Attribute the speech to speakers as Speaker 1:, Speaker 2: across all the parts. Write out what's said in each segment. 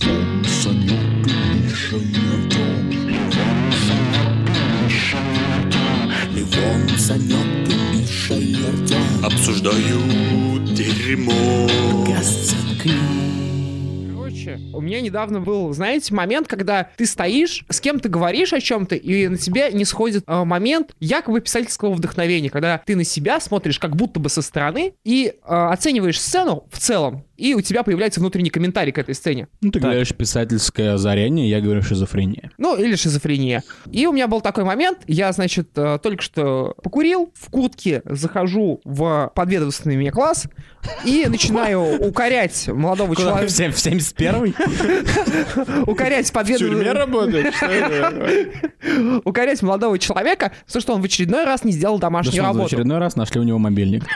Speaker 1: Левон, Санек и Миша Антон. Левон, Санек и Миша Антон. Левон, Санек и Миша Антон. Обсуждают дерьмо.
Speaker 2: Короче, у меня недавно был, знаете, момент, когда ты стоишь, с кем-то говоришь о чем-то, и на тебя не сходит э, момент якобы писательского вдохновения, когда ты на себя смотришь как будто бы со стороны и э, оцениваешь сцену в целом, и у тебя появляется внутренний комментарий к этой сцене.
Speaker 3: Ну, ты
Speaker 4: Так.
Speaker 3: говоришь писательское озарение, я говорю шизофрения.
Speaker 2: Ну, или шизофрения. И у меня был такой момент, я, значит, э, только что покурил, в куртке захожу в подведомственный мне класс и начинаю укорять
Speaker 4: Ну,
Speaker 2: молодого
Speaker 3: Куда? В
Speaker 2: человека,
Speaker 3: сем- в 71-й?
Speaker 2: укорять
Speaker 4: В тюрьме
Speaker 2: подведомственный...
Speaker 4: работаешь? Что это?
Speaker 2: укорять молодого человека, за то, что он в очередной раз не сделал
Speaker 3: Да
Speaker 2: домашнюю
Speaker 3: что, в
Speaker 2: работу.
Speaker 3: очередной раз нашли у него мобильник.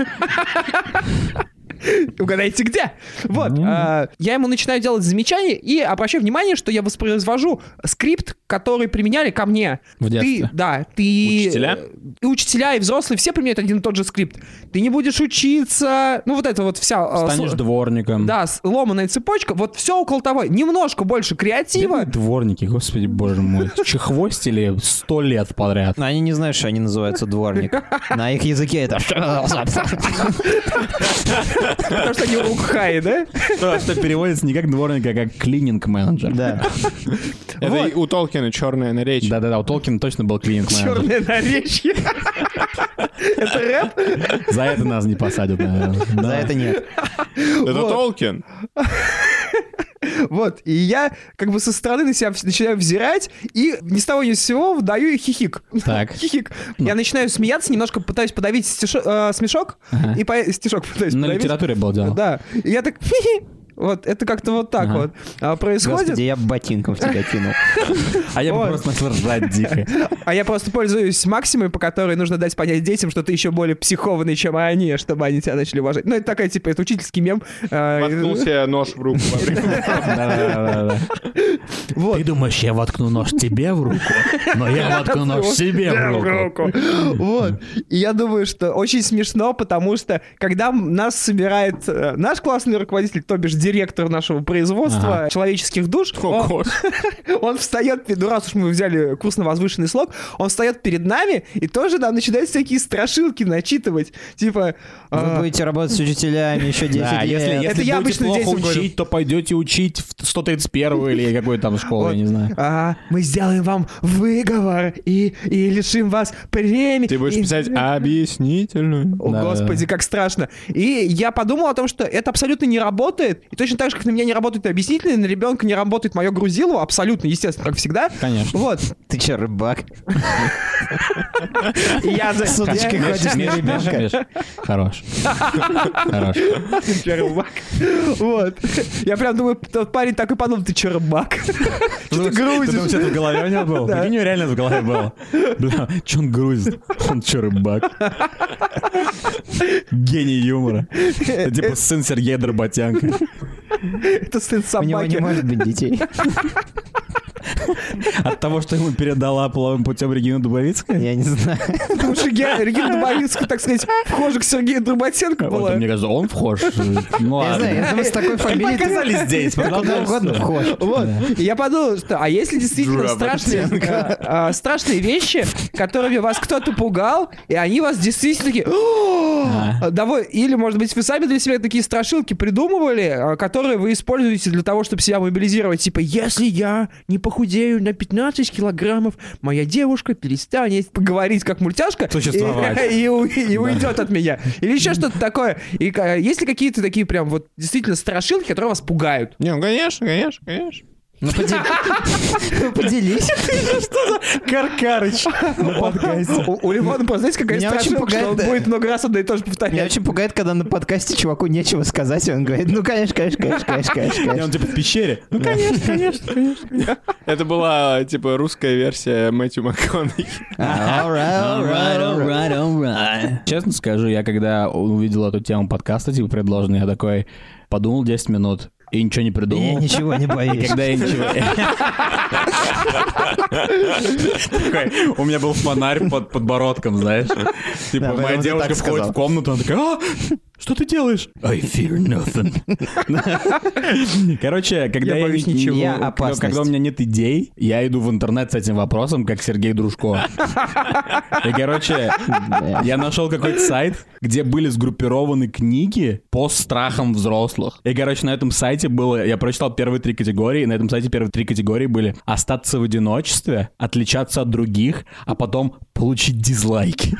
Speaker 2: Угадайте, где? Вот.
Speaker 3: Мгм.
Speaker 2: а, я ему начинаю делать замечания и обращаю внимание, что я воспроизвожу скрипт, который применяли ко мне.
Speaker 3: В детстве.
Speaker 2: Ты, да, ты...
Speaker 4: Учителя?
Speaker 2: И учителя, и взрослые, все применяют один и тот же скрипт. Ты не будешь учиться... Ну, вот это вот вся... а,
Speaker 3: Станешь
Speaker 2: сло-
Speaker 3: дворником.
Speaker 2: Да, сломанная цепочка, вот все около того. Немножко больше
Speaker 3: Бедные
Speaker 2: креатива.
Speaker 3: Дворники, господи, боже мой. Чехвостили сто лет подряд.
Speaker 2: Ну,
Speaker 5: Но они не знают, что они называются дворник. На их языке это...
Speaker 2: Потому что они рукхаи, да?
Speaker 3: Что переводится не как дворник, а как клининг-менеджер.
Speaker 5: Да.
Speaker 4: Это и у Толкина черная наречь.
Speaker 3: Да-да-да, у Толкина точно был клининг-менеджер.
Speaker 2: Черное наречье. Это рэп?
Speaker 3: За это нас не посадят, наверное.
Speaker 5: За это нет.
Speaker 4: Это
Speaker 2: Вот.
Speaker 4: Толкин.
Speaker 2: Вот, и я как бы со стороны на себя вс- начинаю взирать, и ни с того ни с сего выдаю ей хихик.
Speaker 3: Так.
Speaker 2: Хихик. Я начинаю смеяться, немножко пытаюсь подавить стишо- э, смешок,
Speaker 3: Ага.
Speaker 2: и по- стишок пытаюсь
Speaker 3: На
Speaker 2: подавить.
Speaker 3: литературе был дело.
Speaker 2: Да, и я так... «Хи-хи». Вот, это как-то вот так
Speaker 3: Ага.
Speaker 2: вот а, происходит.
Speaker 5: Господи, я ботинком в тебя кинул.
Speaker 3: А я бы
Speaker 2: Вот.
Speaker 3: просто начал ржать дико.
Speaker 2: А я просто пользуюсь максимой, по которой нужно дать понять детям, что ты еще более психованный, чем они, чтобы они тебя начали уважать. Ну, это такая, типа, это учительский мем. э,
Speaker 4: Воткнул себе нож в руку во время.
Speaker 3: Да-да-да-да.
Speaker 2: Вот.
Speaker 3: Ты думаешь, я воткну нож тебе в руку? Но я воткну нож себе в руку.
Speaker 2: Вот. И я думаю, что очень смешно, потому что когда м- нас собирает э, наш классный руководитель, то бишь директор нашего производства человеческих душ,
Speaker 4: О,
Speaker 2: он,
Speaker 4: Господи.
Speaker 2: он встает, пе- ну раз уж мы взяли курс на возвышенный слог, он встает перед нами и тоже нам начинает всякие страшилки начитывать. Типа...
Speaker 5: Вы
Speaker 4: Ну,
Speaker 2: а,
Speaker 5: будете работать с учителями еще 10
Speaker 3: Да,
Speaker 5: лет.
Speaker 3: если, если
Speaker 2: Это я
Speaker 3: будете
Speaker 2: обычно
Speaker 3: плохо
Speaker 2: детям
Speaker 3: учить,
Speaker 2: говорю.
Speaker 3: то пойдете учить в 131 или какую там школу,
Speaker 2: вот,
Speaker 3: я не знаю.
Speaker 2: «А, мы сделаем вам выговор и, и лишим вас премии.
Speaker 4: Ты будешь
Speaker 2: И-
Speaker 4: писать а, объяснительную.
Speaker 2: О,
Speaker 3: Да,
Speaker 2: господи,
Speaker 3: да,
Speaker 2: как страшно. И я подумал о том, что это абсолютно не работает. И точно так же, как на меня не работает объяснительное, на ребенка не работает мое грузило, абсолютно, естественно, как всегда.
Speaker 3: Конечно.
Speaker 2: Вот.
Speaker 5: Ты че, рыбак?
Speaker 2: И я за...
Speaker 5: С удочкой
Speaker 2: я-
Speaker 5: ходишь на
Speaker 3: Миш,
Speaker 5: ребенка?
Speaker 3: Миш, Миш. Хорош. Хорош.
Speaker 2: я рыбак. Вот. Я прям думаю, тот парень так и подумал, ты че, рыбак?
Speaker 3: Что Ну, ты грузишь? Ты думаешь, это в голове у него было?
Speaker 2: Да.
Speaker 3: Прикинь, у него реально это в голове было. Бля, чё он грузит? Он чё, рыбак? Гений юмора. Это типа сын Сергея Дроботянка.
Speaker 2: Это сын
Speaker 5: У него не
Speaker 2: собаки.
Speaker 5: может быть детей.
Speaker 3: От того, что ему передала половым путем Регина Дубовицкая?
Speaker 5: Я не знаю.
Speaker 2: Потому что Ге- Регина Дубовинская, так сказать, вхожа к Сергею Дроботенко
Speaker 3: Вот,
Speaker 2: была.
Speaker 3: мне кажется, он вхож. Ну
Speaker 5: Я не знаю, я
Speaker 3: ладно.
Speaker 5: думаю, с такой
Speaker 3: Мы
Speaker 5: фамилией ты
Speaker 3: оказались здесь.
Speaker 5: куда угодно вхож.
Speaker 2: Вот. И я подумал, что а если действительно страшные, а, а, страшные вещи, которыми вас кто-то пугал, и они вас действительно такие... «О!» Доволь- Или, может быть, вы сами для себя такие страшилки придумывали, а, которые вы используете для того, чтобы себя мобилизировать. Типа, если я не похудею на 15 килограммов, моя девушка перестанет говорить как мультяшка
Speaker 3: Существовать.
Speaker 2: и, и у- и уйдет от меня. Или еще что-то такое. И а, есть ли какие-то такие прям вот действительно страшилки, которые вас пугают?
Speaker 4: Не, ну конечно, конечно, конечно.
Speaker 5: Ну, подел- Ну, поделись.
Speaker 3: Каркарыч на подкасте.
Speaker 2: У, у Лимона, просто, знаете, какая
Speaker 5: Меня очень
Speaker 2: страшилка, что он
Speaker 5: пугает, да.
Speaker 2: будет много раз одно и то же
Speaker 5: Меня
Speaker 2: повторять.
Speaker 5: очень пугает, когда на подкасте чуваку нечего сказать, и он говорит, ну, конечно, конечно, конечно, конечно, конечно,
Speaker 3: И Он
Speaker 5: конечно.
Speaker 3: типа в пещере. Ну,
Speaker 4: Конечно, конечно, конечно. Это была, типа, русская версия Мэтью МакКонахи.
Speaker 5: А, All right, all right, all right, all right.
Speaker 3: Честно скажу, я когда увидел эту тему подкаста, типа предложенную, я такой подумал 10 минут и ничего не
Speaker 5: Я
Speaker 3: придумал.
Speaker 5: ничего не боюсь.
Speaker 3: А Когда я ничего... Такой, У меня был фонарь под подбородком, знаешь.
Speaker 5: Да,
Speaker 3: Типа,
Speaker 5: поэтому
Speaker 3: моя
Speaker 5: ты
Speaker 3: девушка
Speaker 5: так
Speaker 3: входит
Speaker 5: сказал.
Speaker 3: в комнату, она такая, «А, Что ты делаешь? I fear nothing. Короче, когда
Speaker 2: Я
Speaker 3: я,
Speaker 2: боюсь
Speaker 3: не-
Speaker 2: ничего.
Speaker 3: не-
Speaker 5: Я
Speaker 3: когда-
Speaker 5: опасность.
Speaker 3: когда у меня нет идей, я иду в интернет с этим вопросом, как Сергей Дружко. И, короче, я нашел какой-то сайт, где были сгруппированы книги по страхам взрослых. И, короче, на этом сайте было... Я прочитал первые три категории, и на этом сайте первые три категории были «Остаться в одиночестве», «Отличаться от других», а потом «Получить дизлайки».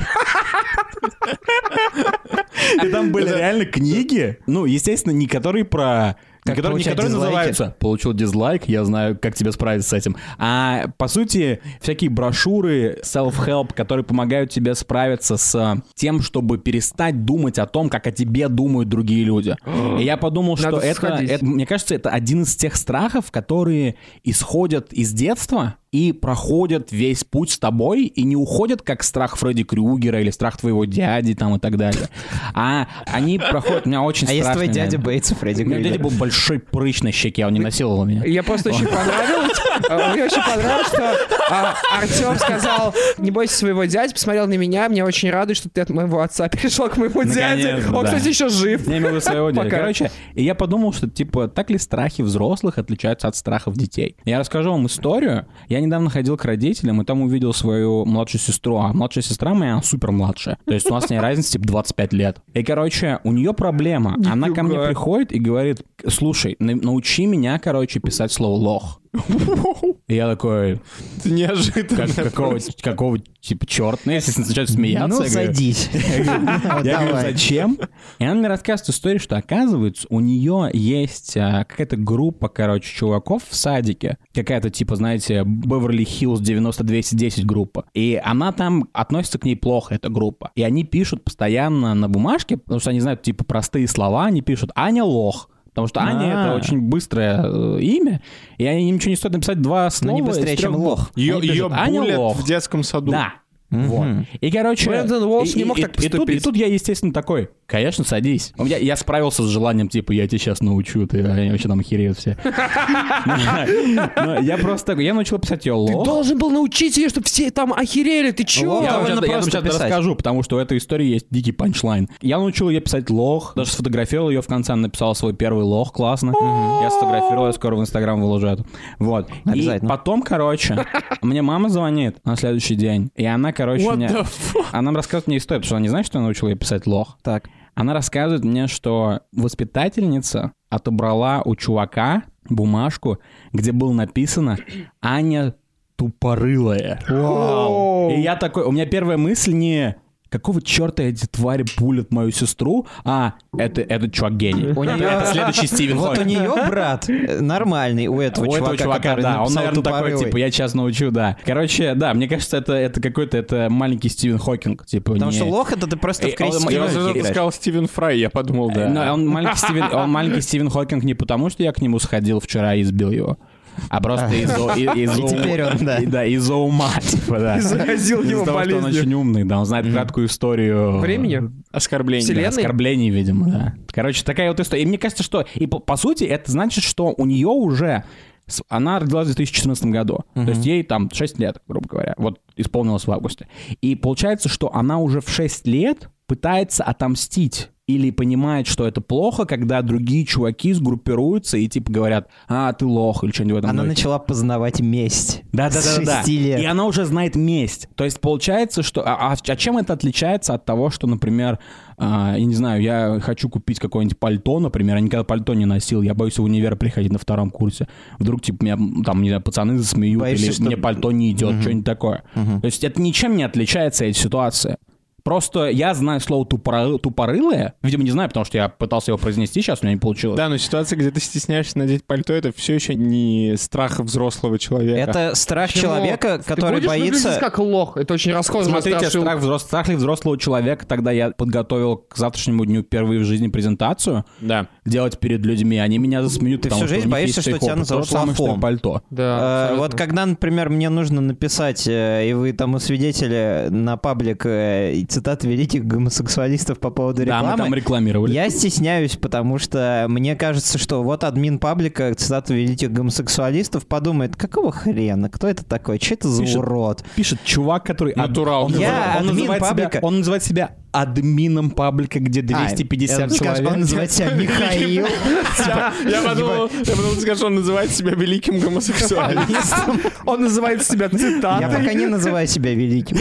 Speaker 3: И там были реально книги, ну, естественно, не которые про... не
Speaker 5: Как
Speaker 3: которые, не
Speaker 5: получать
Speaker 3: которые
Speaker 5: дизлайки?
Speaker 3: называются «Получил дизлайк, я знаю, как тебе справиться с этим». А, по сути, всякие брошюры self-help, которые помогают тебе справиться с э, тем, чтобы перестать думать о том, как о тебе думают другие люди. И я подумал, что
Speaker 2: Надо
Speaker 3: это,
Speaker 2: сходить.
Speaker 3: это- мне кажется, это один из тех страхов, которые исходят из детства и проходят весь путь с тобой и не уходят как страх Фредди Крюгера или страх твоего дяди там и так далее. А они проходят, у меня очень
Speaker 5: А если
Speaker 3: страшный,
Speaker 5: твой дядя
Speaker 3: наверное.
Speaker 5: боится Фредди
Speaker 3: У меня дядя
Speaker 5: Крюгер?
Speaker 3: был большой прыщ на щеке, он не насиловал меня.
Speaker 2: Я просто очень понравилось. а, Мне очень понравилось, что а, Артем сказал, не бойся своего дяди, посмотрел на меня, меня очень радует, что ты от моего отца перешел к моему дяде.
Speaker 3: Наконец-то,
Speaker 2: Он,
Speaker 3: да.
Speaker 2: кстати, еще жив.
Speaker 3: Я имею в виду своего дядю.
Speaker 2: Пока.
Speaker 3: Короче, и я подумал, что, типа, так ли страхи взрослых отличаются от страхов детей? Я расскажу вам историю. Я недавно ходил к родителям, и там увидел свою младшую сестру. А младшая сестра моя супер младшая. То есть у нас с ней разница, типа, 25 лет. И, короче, у нее проблема. Она ко мне
Speaker 2: Нифига.
Speaker 3: приходит и говорит, слушай, на- научи меня, короче, писать слово «лох». И я такой,
Speaker 4: Это неожиданно.
Speaker 3: «Как- какого, какого типа черт? Ну, я, естественно, сначала смеяться.
Speaker 5: Ну,
Speaker 3: я говорю,
Speaker 5: садись. Вот
Speaker 3: я говорю,
Speaker 5: давай.
Speaker 3: зачем? И она мне рассказывает историю, что, оказывается, у нее есть а, какая-то группа, короче, чуваков в садике. Какая-то, типа, знаете, Беверли Хиллз 90-210 группа. И она там относится к ней плохо, эта группа. И они пишут постоянно на бумажке, потому что они знают, типа, простые слова, они пишут «Аня лох». Потому что Аня
Speaker 5: А.
Speaker 3: это очень быстрое э, имя, и они- им ничего не стоит написать два слова.
Speaker 5: Ну, не
Speaker 3: из
Speaker 5: быстрее,
Speaker 3: трех
Speaker 5: чем
Speaker 3: букв.
Speaker 5: лох.
Speaker 4: Ее,
Speaker 3: Они пишут,
Speaker 4: ее
Speaker 3: «Аня
Speaker 4: булят
Speaker 3: лох».
Speaker 4: в детском саду.
Speaker 3: Да. Вот. И, короче...
Speaker 2: Брэндон Уолш
Speaker 3: и-
Speaker 2: не мог
Speaker 3: и-
Speaker 2: так
Speaker 3: и тут,
Speaker 2: поступить.
Speaker 3: и тут я, естественно, такой, конечно, садись. У меня, я справился с желанием, типа, я тебя сейчас научу, ты а, они вообще там охереют все. Но я просто такой, я научил писать ее
Speaker 2: Ты
Speaker 3: лох.
Speaker 2: должен был научить ее, чтобы все там охерели. Ты чего?
Speaker 3: Я
Speaker 5: Лох.
Speaker 3: вам
Speaker 5: Довольно
Speaker 3: сейчас, я вам
Speaker 5: просто
Speaker 3: сейчас
Speaker 5: писать.
Speaker 3: расскажу, потому что у этой истории есть дикий панчлайн. Я научил ее писать лох, даже сфотографировал ее в конце, она написала свой первый лох, классно. Я сфотографировал, я скоро в Инстаграм выложу это. Вот. И
Speaker 5: Обязательно.
Speaker 3: потом, короче, мне мама звонит на следующий день, и она, короче,
Speaker 4: What
Speaker 3: мне...
Speaker 4: the fuck?
Speaker 3: Она нам рассказывает мне историю, потому что она не знает, что я научила ее писать лох.
Speaker 5: Так.
Speaker 3: Она рассказывает мне, что воспитательница отобрала у чувака бумажку, где было написано «Аня тупорылая».
Speaker 2: Вау.
Speaker 3: И я такой, у меня первая мысль не «Какого черта эти твари пулят мою сестру?» А, это, этот чувак гений.
Speaker 5: У неё-
Speaker 3: Это следующий Стивен
Speaker 5: Вот у
Speaker 3: Хокинг.
Speaker 5: нее брат э, нормальный, у этого
Speaker 3: У
Speaker 5: чувака,
Speaker 3: этого чувака,
Speaker 5: который
Speaker 3: да, он,
Speaker 5: написал
Speaker 3: наверное, такой,
Speaker 5: тупорылый.
Speaker 3: типа, я сейчас научу, да. Короче, да, мне кажется, это, это какой-то, это маленький Стивен Хокинг, типа,
Speaker 5: Потому что
Speaker 3: не-
Speaker 5: лох это ты просто
Speaker 3: Э,
Speaker 5: в крестик
Speaker 3: он-
Speaker 4: Я
Speaker 3: Стивен
Speaker 4: сразу
Speaker 5: играешь.
Speaker 4: сказал Стивен Фрай, я подумал, да.
Speaker 3: Э, Но он маленький, Стивен, он маленький Стивен Хокинг не потому, что я к нему сходил вчера и избил его, а просто из-за и- из-за ума.
Speaker 5: теперь он, да.
Speaker 3: И, да, из-за ума, типа, да.
Speaker 2: Заразил
Speaker 3: Из-за
Speaker 2: его
Speaker 3: того, что он
Speaker 2: болезнью.
Speaker 3: очень умный, да, он знает краткую историю.
Speaker 2: Времени?
Speaker 4: Оскорбление.
Speaker 3: Да,
Speaker 2: Вселенной?
Speaker 3: оскорблений, видимо, да. Короче, такая вот история. И мне кажется, что... И по, по сути, это значит, что у нее уже... с- Она родилась в 2014 году. То есть ей там 6 лет, грубо говоря. Вот исполнилось в августе. И получается, что она уже в 6 лет пытается отомстить или понимает, что это плохо, когда другие чуваки сгруппируются и типа говорят, а, ты лох, или что-нибудь в этом
Speaker 5: Она
Speaker 3: роде.
Speaker 5: начала познавать месть.
Speaker 3: Да, да,
Speaker 5: С
Speaker 3: да, да.
Speaker 5: шести лет.
Speaker 3: И она уже знает месть. То есть получается, что... А, а- а чем это отличается от того, что, например, а, я не знаю, я хочу купить какое-нибудь пальто, например, я никогда пальто не носил, я боюсь в универ приходить на втором курсе. Вдруг, типа, меня м, там, не знаю, пацаны засмеют,
Speaker 5: Боишься,
Speaker 3: или
Speaker 5: что-
Speaker 3: мне пальто не идет, что-нибудь такое. То есть это ничем не отличается эти ситуации. Просто я знаю слово «тупоры- тупорылое, видимо, не знаю, потому что я пытался его произнести, сейчас у меня не получилось.
Speaker 4: Да, но ситуация, где ты стесняешься надеть пальто, это все еще не страх взрослого человека.
Speaker 5: Это страх
Speaker 2: Почему?
Speaker 5: человека,
Speaker 2: Ты
Speaker 5: который
Speaker 2: будешь выглядеть
Speaker 5: боится... э,
Speaker 2: как лох. Это очень расхожий
Speaker 3: Смотрите, страх, взрос- страх ли взрослого человека, тогда я подготовил к завтрашнему дню впервые в жизни презентацию
Speaker 4: Да.
Speaker 3: делать перед людьми, они меня засмеют,
Speaker 5: Ну, Ты
Speaker 3: потому
Speaker 5: всю
Speaker 3: что у
Speaker 5: жизнь
Speaker 3: них
Speaker 5: боишься,
Speaker 3: есть
Speaker 5: что
Speaker 3: их
Speaker 5: тебя
Speaker 3: опыт.
Speaker 5: назовут
Speaker 3: То же самое, что и
Speaker 5: лохом.
Speaker 3: пальто.
Speaker 2: Да,
Speaker 5: Э,
Speaker 2: абсолютно.
Speaker 5: Вот когда, например, мне нужно написать, э, и вы тому свидетели на паблик э, и ц- цитат великих гомосексуалистов по поводу
Speaker 3: Да,
Speaker 5: рекламы.
Speaker 3: мы там рекламировали.
Speaker 5: Я стесняюсь, потому что мне кажется, что вот админ паблика, цитата великих гомосексуалистов, подумает, какого хрена, кто это такой, что это за
Speaker 3: Пишет.
Speaker 5: урод?
Speaker 3: Пишет чувак, который... ад-
Speaker 4: Натурал.
Speaker 3: Он,
Speaker 5: Я
Speaker 3: называет- он
Speaker 5: админ
Speaker 3: называет
Speaker 5: паблика.
Speaker 3: себя, он называет себя админом паблика, где
Speaker 5: А,
Speaker 3: 250
Speaker 5: я думал, скажешь,
Speaker 3: человек.
Speaker 5: Он называет себя Михаил.
Speaker 4: Типа,
Speaker 5: Типа,
Speaker 4: Я подумал, я подумал, ты скажешь, он называет себя великим гомосексуалистом.
Speaker 2: Он называет себя
Speaker 5: Э,
Speaker 4: «А
Speaker 5: Я
Speaker 2: цитатой.
Speaker 5: пока не называю себя великим.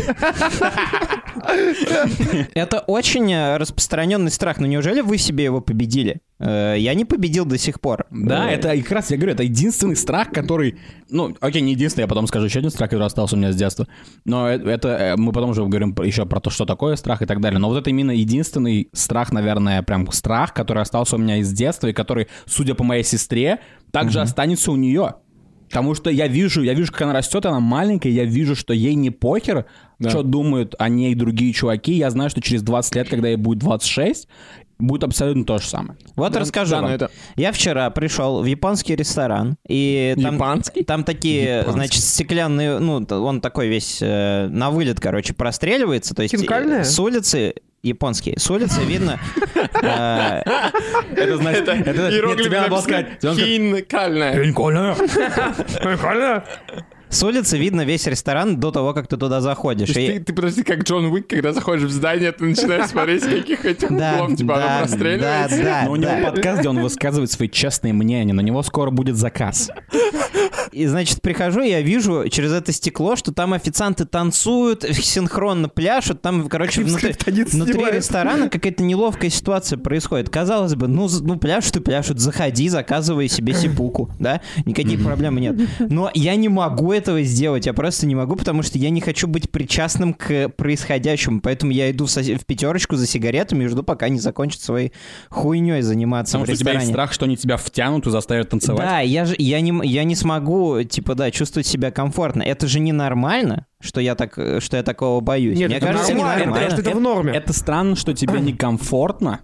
Speaker 5: Это очень э, распространенный страх, но неужели вы себе его победили? Э, Я не победил до сих пор.
Speaker 3: Да,
Speaker 5: Э,
Speaker 3: это и как раз, я говорю, это единственный страх, который... Ну, окей, не единственный, я потом скажу еще один страх, который остался у меня с детства. Но э- это... э, Мы потом уже говорим про- еще про то, что такое страх и так далее. Но вот это именно единственный страх, наверное, прям страх, который остался у меня из детства и который, судя по моей сестре, также останется у нее. Потому что я вижу, я вижу, как она растет, она маленькая, я вижу, что ей не покер, что думают о ней другие чуваки. Я знаю, что через 20 лет, когда ей будет 26, будет абсолютно то же самое.
Speaker 5: Вот расскажу
Speaker 4: да,
Speaker 5: вам.
Speaker 4: но это-
Speaker 5: Я вчера пришел в японский ресторан, и там,
Speaker 4: Японский?
Speaker 5: там такие, значит, стеклянные, ну, т- он такой весь э, на вылет, короче, простреливается, то есть э,
Speaker 2: Хинкальная?
Speaker 5: с улицы японский, с улицы видно, э,
Speaker 3: Это значит, это- нет, тебе надо было сказать. тебе надо сказать,
Speaker 4: Хинкальная.
Speaker 5: с улицы видно весь ресторан до того, как ты туда заходишь. И-
Speaker 4: Ты, ты подожди, как Джон Уик, когда заходишь в здание, ты начинаешь смотреть, с каких этих
Speaker 5: Да,
Speaker 4: углов тебя оно
Speaker 5: да, да,
Speaker 4: простреливает.
Speaker 5: да,
Speaker 3: Но Ну, у него
Speaker 5: да.
Speaker 3: подкаст, где он высказывает свои честные мнения. На него скоро будет заказ.
Speaker 5: И, значит, прихожу, я вижу через это стекло, что там официанты танцуют, синхронно пляшут, там, короче, внутри,
Speaker 2: скриптонит
Speaker 5: внутри
Speaker 2: снимают.
Speaker 5: ресторана какая-то неловкая ситуация происходит. Казалось бы, ну, з- ну пляшут и пляшут, заходи, заказывай себе сипуку, да? Никаких проблем нет. Но я не могу этого сделать, я просто не могу, потому что я не хочу быть причастным к происходящему, поэтому я иду в, сос- в пятерочку за сигаретами и жду, пока не закончат своей хуйней заниматься
Speaker 3: Потому
Speaker 5: в
Speaker 3: что у тебя
Speaker 5: ресторане.
Speaker 3: есть страх, что они тебя втянут и заставят танцевать.
Speaker 5: Да, я же я не, м- я не смогу, типа, да, чувствовать себя комфортно. Это же ненормально, что я так, э, что я такого боюсь.
Speaker 2: Нет,
Speaker 5: Мне
Speaker 2: это
Speaker 5: кажется,
Speaker 2: нормально, потому
Speaker 5: ненормально.
Speaker 2: что это в норме.
Speaker 3: Это странно, что тебе некомфортно.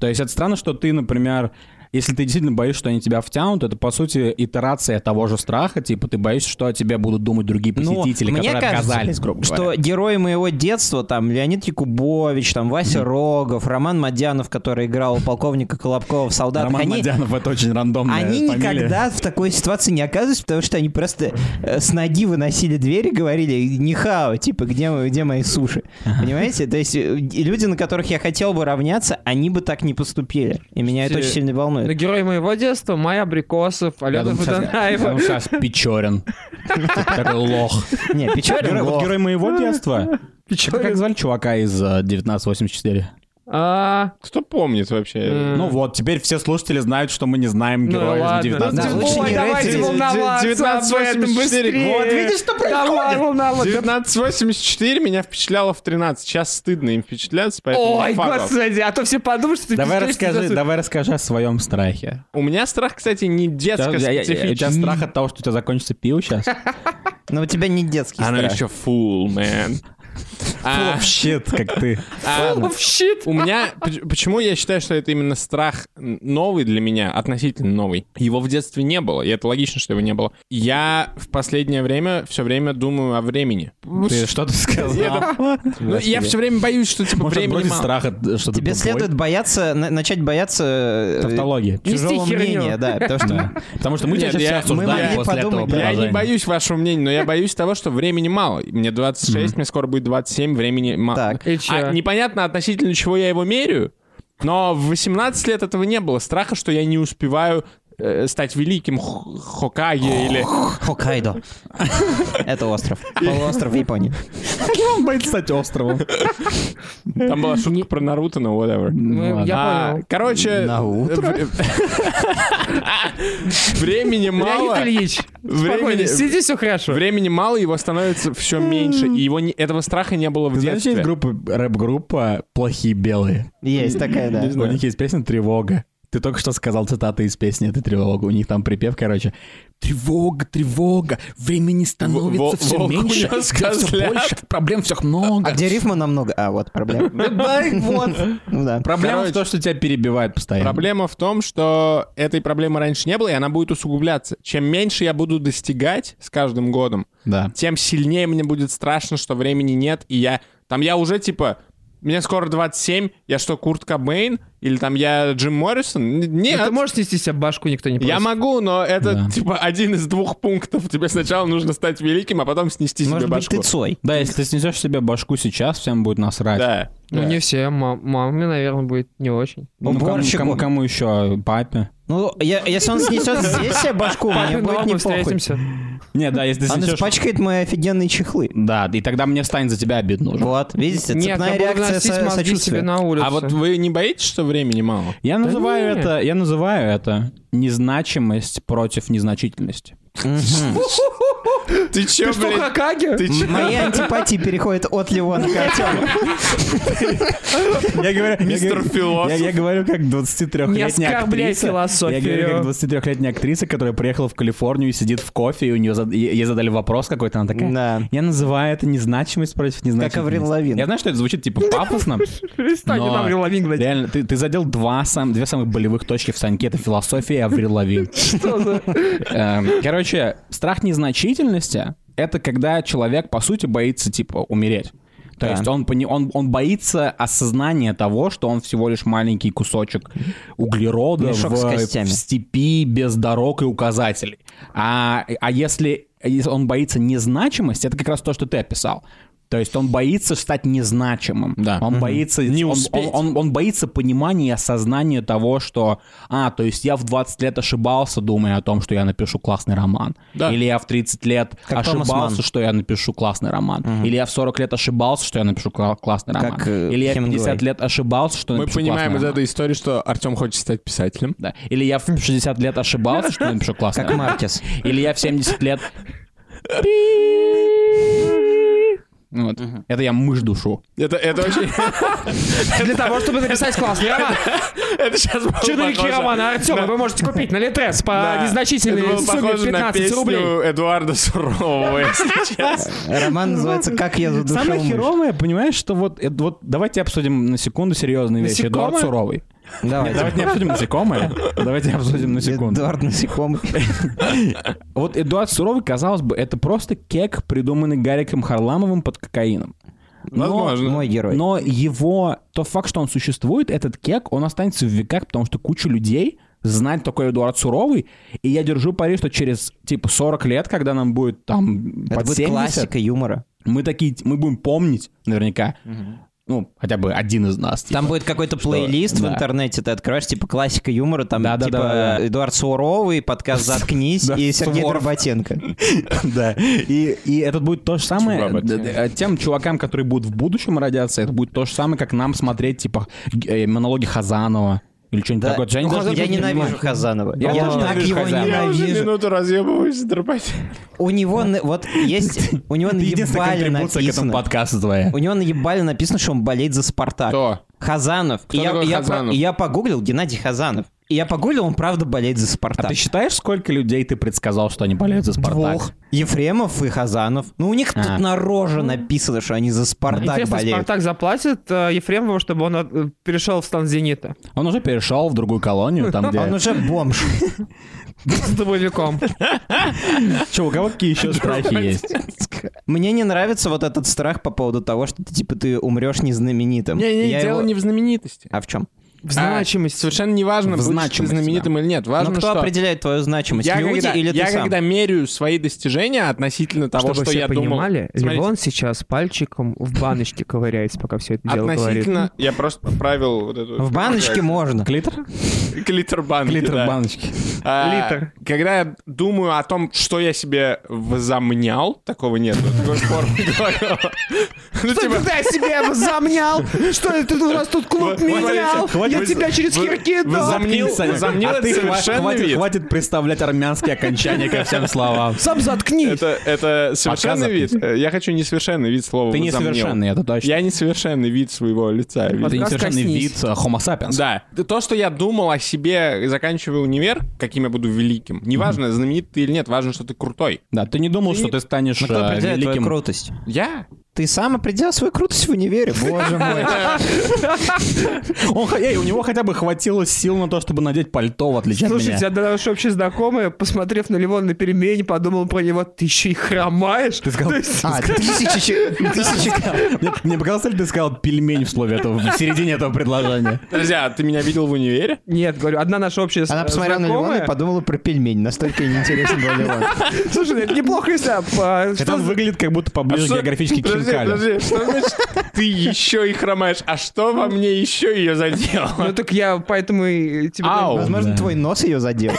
Speaker 3: То есть это странно, что ты, например, если ты действительно боишься, что они тебя втянут, это, по сути, итерация того же страха. Типа ты боишься, что о тебе будут думать другие
Speaker 5: Ну,
Speaker 3: посетители,
Speaker 5: мне
Speaker 3: которые
Speaker 5: кажется,
Speaker 3: отказались, грубо
Speaker 5: что
Speaker 3: говоря.
Speaker 5: герои моего детства, там, Леонид Якубович, там, Вася Рогов, Роман Мадянов, который играл полковника Колобкова в «Солдатах»,
Speaker 3: Роман
Speaker 5: они,
Speaker 3: Мадянов — это очень рандомная
Speaker 5: они
Speaker 3: фамилия.
Speaker 5: никогда в такой ситуации не оказывались, потому что они просто э, с ноги выносили двери, говорили «Нихао», типа «Где, мои- где мои суши?» Понимаете? То есть э, и люди, на которых я хотел бы равняться, они бы так не поступили. И меня это
Speaker 2: Слушайте,
Speaker 5: очень сильно волнует.
Speaker 2: Герой моего детства, Майя Абрикосов,
Speaker 3: Я
Speaker 2: Алена
Speaker 3: думаю, сейчас- я
Speaker 2: Фатанаева.
Speaker 3: думаю, сейчас Печорин. Такой лох.
Speaker 5: Не, Печорин
Speaker 3: Герой, вот
Speaker 5: лох.
Speaker 3: герой моего детства. Это Как звали чувака из э, 1984?
Speaker 2: А,
Speaker 4: Кто помнит вообще?
Speaker 2: м,
Speaker 3: Ну вот, теперь все слушатели знают, что мы не знаем
Speaker 2: ну
Speaker 3: героя
Speaker 2: ладно.
Speaker 3: из 19
Speaker 5: Да,
Speaker 2: Ну,
Speaker 5: лучше не
Speaker 2: давайте
Speaker 5: рейтинг.
Speaker 2: волноваться
Speaker 4: 1984.
Speaker 2: об этом быстрее.
Speaker 4: Вот видишь,
Speaker 2: что Давай волноваться.
Speaker 4: 1984 меня впечатляло в 13. Сейчас стыдно им впечатляться, поэтому
Speaker 2: Ой,
Speaker 4: я факал.
Speaker 2: господи, а то все подумают, что ты
Speaker 3: Давай
Speaker 2: пиздишь,
Speaker 3: расскажи,
Speaker 2: что-
Speaker 3: давай расскажи о своем страхе.
Speaker 4: У меня страх, кстати, не
Speaker 3: Я- я- я- я- У тебя
Speaker 4: детско-специфический.
Speaker 3: страх от того, что у тебя закончится пиво сейчас?
Speaker 5: Но у тебя не детский
Speaker 4: Она
Speaker 5: страх.
Speaker 4: еще full, man. А,
Speaker 3: Щит, как ты.
Speaker 4: а,
Speaker 2: Oh, shit.
Speaker 4: У меня... поч- Почему я считаю, что это именно страх н- новый для меня, относительно новый? Его в детстве не было, и это логично, что его не было. Я в последнее время все время думаю о времени.
Speaker 3: Ты что ты сказал?
Speaker 4: Ну, я все время боюсь, что типа
Speaker 3: Может,
Speaker 4: времени
Speaker 3: отбросить
Speaker 4: мало.
Speaker 3: страх, от- э, что ты
Speaker 5: Тебе
Speaker 3: тупой?
Speaker 5: следует бояться, на- начать бояться э,
Speaker 3: Тавтология.
Speaker 5: чужого
Speaker 2: Нести херню.
Speaker 5: мнения, да, потому что...
Speaker 3: Да. Потому что мы тебя
Speaker 4: Нет,
Speaker 3: сейчас
Speaker 4: я-
Speaker 3: все
Speaker 4: мы
Speaker 3: осуждаем
Speaker 4: могли
Speaker 3: после этого
Speaker 5: подумать, да.
Speaker 4: Я не
Speaker 3: положения.
Speaker 4: боюсь вашего мнения, но я боюсь того, что времени мало. Мне 26, мне скоро будет 27, времени мало.
Speaker 5: Так.
Speaker 2: И
Speaker 4: А
Speaker 2: чё?
Speaker 4: непонятно относительно чего я его меряю, но в 18 лет этого не было. Страха, что я не успеваю э, стать великим Х- Хокаге или...
Speaker 5: Хоккайдо. Это остров. Полуостров в Японии.
Speaker 3: Он боится стать островом.
Speaker 4: Там была шутка про Наруто, но whatever.
Speaker 2: Мы-
Speaker 3: ладно.
Speaker 2: Я
Speaker 4: А,
Speaker 2: понял.
Speaker 4: короче... в- Времени мало.
Speaker 2: Леонид Ильич,
Speaker 4: Времени-
Speaker 2: спокойно, сиди, все хорошо.
Speaker 4: Времени мало, его становится все меньше. И его не- этого страха не было в
Speaker 3: Ты знаешь, есть
Speaker 4: детстве.
Speaker 3: группа, рэп-группа «Плохие белые».
Speaker 5: Есть такая, да.
Speaker 3: У них есть песня «Тревога». Ты только что сказал цитаты из песни «Это тревога». У них там припев, короче. Тревога, тревога, времени становится
Speaker 4: Во-
Speaker 3: все
Speaker 4: волк
Speaker 3: меньше,
Speaker 4: унес
Speaker 3: дел все
Speaker 4: козлят.
Speaker 3: больше, проблем всех
Speaker 5: А
Speaker 3: много.
Speaker 5: где рифма намного? А, вот проблема.
Speaker 3: Вот.
Speaker 5: Ну да.
Speaker 3: Проблема
Speaker 4: Короче.
Speaker 3: в том, что тебя перебивают постоянно.
Speaker 4: Проблема в том, что этой проблемы раньше не было, и она будет усугубляться. Чем меньше я буду достигать с каждым годом,
Speaker 3: Да.
Speaker 4: тем сильнее мне будет страшно, что времени нет, и я Там я уже типа... Мне скоро 27, я что, Курт Кобейн? Или там я Джим Моррисон? Н- Нет.
Speaker 2: Ну, Ты можешь нести себя башку, никто не просит.
Speaker 4: Я могу, но это
Speaker 3: Да.
Speaker 4: типа один из двух пунктов. Тебе сначала нужно стать великим, а потом снести
Speaker 5: Может
Speaker 4: себе
Speaker 5: быть,
Speaker 4: башку.
Speaker 5: ты Цой.
Speaker 3: Да, если ты снесешь себе башку сейчас, всем будет насрать.
Speaker 4: Да.
Speaker 2: Ну,
Speaker 4: да.
Speaker 2: не все. Мам- Маме, наверное, будет не очень.
Speaker 3: Ну, кому-
Speaker 5: Уборщику.
Speaker 3: кому, кому еще? Папе?
Speaker 5: Ну, я- если он снесет здесь себе башку, мне
Speaker 2: Папе,
Speaker 5: А, будет не
Speaker 2: мы
Speaker 5: похуй.
Speaker 2: встретимся.
Speaker 3: Не, да, если ты
Speaker 5: Он
Speaker 3: снесешь...
Speaker 5: испачкает мои офигенные чехлы.
Speaker 3: Да, и тогда мне станет за тебя обидно уже.
Speaker 5: Вот, видите,
Speaker 2: Нет, я
Speaker 5: цепная
Speaker 2: буду
Speaker 5: реакция
Speaker 2: носить
Speaker 5: со-
Speaker 2: мозги себе
Speaker 5: сочувствия.
Speaker 2: на улицу.
Speaker 4: А вот вы не боитесь, что времени мало?
Speaker 3: Я называю
Speaker 2: не.
Speaker 3: это, я называю это незначимость против незначительности.
Speaker 4: Ты че,
Speaker 2: Ты что,
Speaker 4: блядь?
Speaker 2: Хакаги?
Speaker 4: Ты че?
Speaker 5: Мои антипатии переходят от Леона к Артему.
Speaker 3: Я говорю,
Speaker 4: Мистер
Speaker 3: Я,
Speaker 4: Философ.
Speaker 3: я говорю как 23-летняя
Speaker 2: Не оскорбляй
Speaker 3: актриса.
Speaker 2: философию.
Speaker 3: Я говорю как 23-летняя актриса, которая приехала в Калифорнию и сидит в кофе, и у нее зад- е- ей задали вопрос какой-то, она такая...
Speaker 5: Да.
Speaker 3: Я называю это незначимость против незначимости.
Speaker 5: Аврил Лавин.
Speaker 3: Я знаю, что это звучит типа пафосно.
Speaker 2: Перестань,
Speaker 3: но
Speaker 2: не надо лавин говорить.
Speaker 3: Реально, ты, ты задел два сам, две самых болевых точки в Саньке. Это философия и Аврил Лавин.
Speaker 2: Что за-
Speaker 3: Эм, Короче, страх незначительности — это когда человек, по сути, боится, типа, умереть. То
Speaker 5: Да.
Speaker 3: есть он, пони- он, он боится осознания того, что он всего лишь маленький кусочек углерода
Speaker 5: Мешок
Speaker 3: в,
Speaker 5: с костями.
Speaker 3: в степи без дорог и указателей. А, а если, если он боится незначимости, это как раз то, что ты описал. То есть он боится стать незначимым.
Speaker 4: Да.
Speaker 3: Он боится, не
Speaker 4: успеть.
Speaker 3: он, он боится понимания и осознания того, что, а, то есть я в 20 лет ошибался, думая о том, что я напишу классный роман.
Speaker 4: Да.
Speaker 3: Или я в 30 лет
Speaker 5: Как Томас
Speaker 3: ошибался,
Speaker 5: Манн.
Speaker 3: что я напишу классный роман. Или я в 40 лет ошибался, что я напишу кла- классный роман.
Speaker 5: Как, э,
Speaker 3: Или я в
Speaker 5: Хемингуэй.
Speaker 3: 50 лет ошибался, что я
Speaker 4: Мы
Speaker 3: напишу
Speaker 4: понимаем
Speaker 3: классный
Speaker 4: из
Speaker 3: роман.
Speaker 4: этой истории, что Артем хочет стать писателем.
Speaker 3: Да. Или я в 60 лет ошибался, что я напишу классный
Speaker 5: Как
Speaker 3: роман.
Speaker 5: Маркес.
Speaker 3: Или я в 70 лет... Вот. Это я мышь душу.
Speaker 4: Это, это очень...
Speaker 2: Для того, чтобы написать классный роман.
Speaker 4: Это сейчас было
Speaker 2: Черновики
Speaker 4: похоже
Speaker 2: романа
Speaker 4: на-
Speaker 2: Артема вы можете купить на Литрес по
Speaker 5: а,
Speaker 4: на- это
Speaker 2: незначительной
Speaker 4: было
Speaker 2: сумме
Speaker 4: похоже на
Speaker 2: 15
Speaker 4: песню
Speaker 2: рублей.
Speaker 4: Эдуарда Сурового, если честно.
Speaker 3: Ну,
Speaker 5: Роман называется «Как я задушил
Speaker 3: Самое
Speaker 5: мышь».
Speaker 3: херовое, понимаешь, что вот, это вот давайте обсудим на секунду серьезные вещи.
Speaker 2: Насекомые?
Speaker 3: Эдуард Суровый.
Speaker 5: Давайте.
Speaker 3: Давайте не обсудим насекомые, давайте обсудим на секунду.
Speaker 5: Эдуард Насекомый.
Speaker 3: Вот Эдуард Суровый, казалось бы, это просто кек, придуманный Гариком Харламовым под кокаином. Но,
Speaker 4: Возможно.
Speaker 5: Мой герой.
Speaker 3: но его, тот факт, что он существует, этот кек, он останется в веках, потому что куча людей знает такой Эдуард Суровый, и я держу пари, что через, типа, 40 лет, когда нам будет, там,
Speaker 5: Это
Speaker 3: под
Speaker 5: будет
Speaker 3: 70,
Speaker 5: классика юмора.
Speaker 3: мы такие, мы будем помнить наверняка, ну, хотя бы один из нас. типа.
Speaker 5: Там будет какой-то плейлист в
Speaker 3: да.
Speaker 5: интернете, ты откроешь, типа, классика юмора, там,
Speaker 3: Да-да-да,
Speaker 5: типа,
Speaker 3: да.
Speaker 5: Эдуард Суровый, подкаст «Заткнись»
Speaker 3: Да,
Speaker 5: и Сергей
Speaker 3: Суворов.
Speaker 5: Горбатенко.
Speaker 3: Да. И, и это будет то же самое
Speaker 4: Чувак,
Speaker 3: д- д- тем чувакам, которые будут в будущем родятся, это будет то же самое, как нам смотреть, типа, г- э, монологи Хазанова или что-нибудь такое. То есть они даже
Speaker 5: Ну, Я
Speaker 3: не
Speaker 5: ненавижу
Speaker 3: понимают.
Speaker 5: Хазанова.
Speaker 3: Я
Speaker 5: Я
Speaker 3: тоже
Speaker 5: так
Speaker 3: ненавижу
Speaker 5: его
Speaker 3: Хазанова.
Speaker 4: Я уже
Speaker 5: ненавижу.
Speaker 4: минуту разъебываюсь дропать.
Speaker 5: У него, на- вот, есть... У него
Speaker 3: Это единственная
Speaker 5: наебали
Speaker 3: контрибуция к этому
Speaker 5: написано...
Speaker 3: подкасту твоя.
Speaker 5: У него наебали написано, что он болеет за
Speaker 3: А
Speaker 5: «Спартак».
Speaker 4: Кто?
Speaker 5: Хазанов. И я,
Speaker 4: такой
Speaker 5: и я
Speaker 4: Хазанов?
Speaker 5: по- и я погуглил Геннадий Хазанов. И я погуглил, он правда болеет за
Speaker 3: А
Speaker 5: Спартак.
Speaker 3: ты считаешь, сколько людей ты предсказал, что они болеют за Спартак?
Speaker 5: Двух. Ефремов и Хазанов. Ну, у них
Speaker 3: А. Ну,
Speaker 5: тут на роже написано, что они за Спартак
Speaker 2: Интересно,
Speaker 5: болеют.
Speaker 2: Спартак заплатит э, Ефремову, чтобы он э, перешел в стан Зенита.
Speaker 3: Он уже перешел в другую колонию, там
Speaker 5: Он
Speaker 3: где...
Speaker 5: уже бомж.
Speaker 2: С дробовиком.
Speaker 4: А,
Speaker 3: Че, у кого какие еще страхи есть?
Speaker 5: Мне не нравится вот этот страх по поводу того, что ты, типа, ты умрешь незнаменитым.
Speaker 4: Не-не,
Speaker 5: Я
Speaker 4: дело
Speaker 5: его-
Speaker 4: не в знаменитости. А,
Speaker 5: А в чем?
Speaker 2: В значимости.
Speaker 4: Совершенно не важно,
Speaker 3: В
Speaker 4: будешь ты
Speaker 3: значимости,
Speaker 4: знаменитым или нет.
Speaker 5: Но
Speaker 4: Важно,
Speaker 5: Ну, кто
Speaker 4: А ну что...
Speaker 5: определяет твою значимость?
Speaker 4: Я,
Speaker 5: Люди
Speaker 4: когда,
Speaker 5: или ты
Speaker 4: я
Speaker 5: сам?
Speaker 4: когда меряю свои достижения относительно того,
Speaker 2: Чтобы
Speaker 4: что
Speaker 2: все
Speaker 4: я
Speaker 2: понимали,
Speaker 4: думал... Смотрите,
Speaker 2: Левон сейчас пальчиком в баночке ковыряется, пока все это дело говорит.
Speaker 4: относительно... Я просто поправил вот эту...
Speaker 5: В баночке можно.
Speaker 3: Клитер?
Speaker 4: Клитер банки,
Speaker 3: Клитер
Speaker 4: да.
Speaker 3: баночки.
Speaker 4: А,
Speaker 2: Литр.
Speaker 4: Когда я думаю о том, что я себе возомнял, такого нет. Такой спор Ну,
Speaker 2: Что
Speaker 4: типа,
Speaker 2: это ты о себе возомнял? Что это ты у нас тут клуб
Speaker 4: Вот, вот,
Speaker 2: менял?
Speaker 4: хватит,
Speaker 2: Я тебя через
Speaker 4: вы-
Speaker 2: херки
Speaker 4: вы
Speaker 2: дал.
Speaker 4: замни- Замнил-
Speaker 3: Саня,
Speaker 4: замнил
Speaker 3: а
Speaker 4: это
Speaker 3: ты хва-
Speaker 4: совершенно
Speaker 3: хватит-
Speaker 4: вид.
Speaker 3: Хватит представлять армянские окончания ко всем словам.
Speaker 2: Сам заткнись.
Speaker 4: это, это совершенный
Speaker 3: запись.
Speaker 4: вид. Э, Я хочу несовершенный вид слова
Speaker 3: Ты
Speaker 4: возомнил.
Speaker 3: несовершенный, это точно.
Speaker 4: Я несовершенный вид своего лица.
Speaker 3: Ты
Speaker 2: Подкаст
Speaker 3: несовершенный вид
Speaker 2: «Коснись».
Speaker 3: э, Homo sapiens.
Speaker 4: Да. То, что я думал о себе, заканчивая универ, каким я буду великим. Неважно, знаменитый ты или нет, важно, что ты крутой.
Speaker 3: Да, ты не думал, что ты станешь
Speaker 5: Ну, Кто
Speaker 3: э,
Speaker 5: определяет твою
Speaker 3: великим.
Speaker 5: крутость?
Speaker 4: Я?
Speaker 5: Ты сам определил свою крутость в универе, боже мой.
Speaker 3: Он, хо- эй, у него хотя бы хватило сил на то, чтобы надеть пальто, в отличие от
Speaker 2: Слушайте, а
Speaker 3: меня.
Speaker 2: одна наша общая знакомая, посмотрев на Левона на перемене, подумала про него, ты еще и хромаешь? То есть,
Speaker 5: А, тысячи, че- тысячи
Speaker 3: Мне- Мне показалось, ты сказал пельмень в слове этого, в середине этого предложения.
Speaker 4: Друзья, а ты меня видел в универе?
Speaker 2: Нет, говорю, одна наша общая
Speaker 5: Она
Speaker 2: э,
Speaker 5: посмотрела на Леона
Speaker 2: знакомая.
Speaker 5: и подумала про пельмень. Настолько ей неинтересно был Леон.
Speaker 2: Слушай, ну это неплохо, если... а, а,
Speaker 3: Это
Speaker 2: что
Speaker 3: он
Speaker 2: за-
Speaker 3: выглядит как будто
Speaker 4: А
Speaker 3: поближе
Speaker 4: что-
Speaker 3: географически к
Speaker 4: подожди,
Speaker 3: хинкали.
Speaker 4: подожди, что значит ты еще и хромаешь? А что во мне еще ее
Speaker 2: Ну
Speaker 4: задело?
Speaker 2: так я поэтому и тебе...
Speaker 4: Ау,
Speaker 5: Возможно, твой нос ее задел.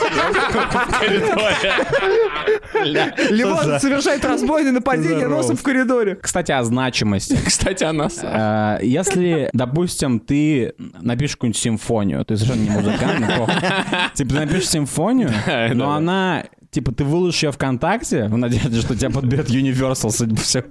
Speaker 2: Левон совершает разбойное нападение
Speaker 3: Здорово.
Speaker 2: носом в коридоре.
Speaker 3: Кстати, о значимости.
Speaker 4: Кстати, о нас.
Speaker 3: Э, Если, допустим, ты напишешь какую-нибудь симфонию, ты совершенно не музыкант, но похуй. Типа ты напишешь симфонию,
Speaker 4: это
Speaker 3: но
Speaker 4: да.
Speaker 3: она... Типа ты выложишь ее ВКонтакте в надежде, что тебя подберет Universal, судя по всему.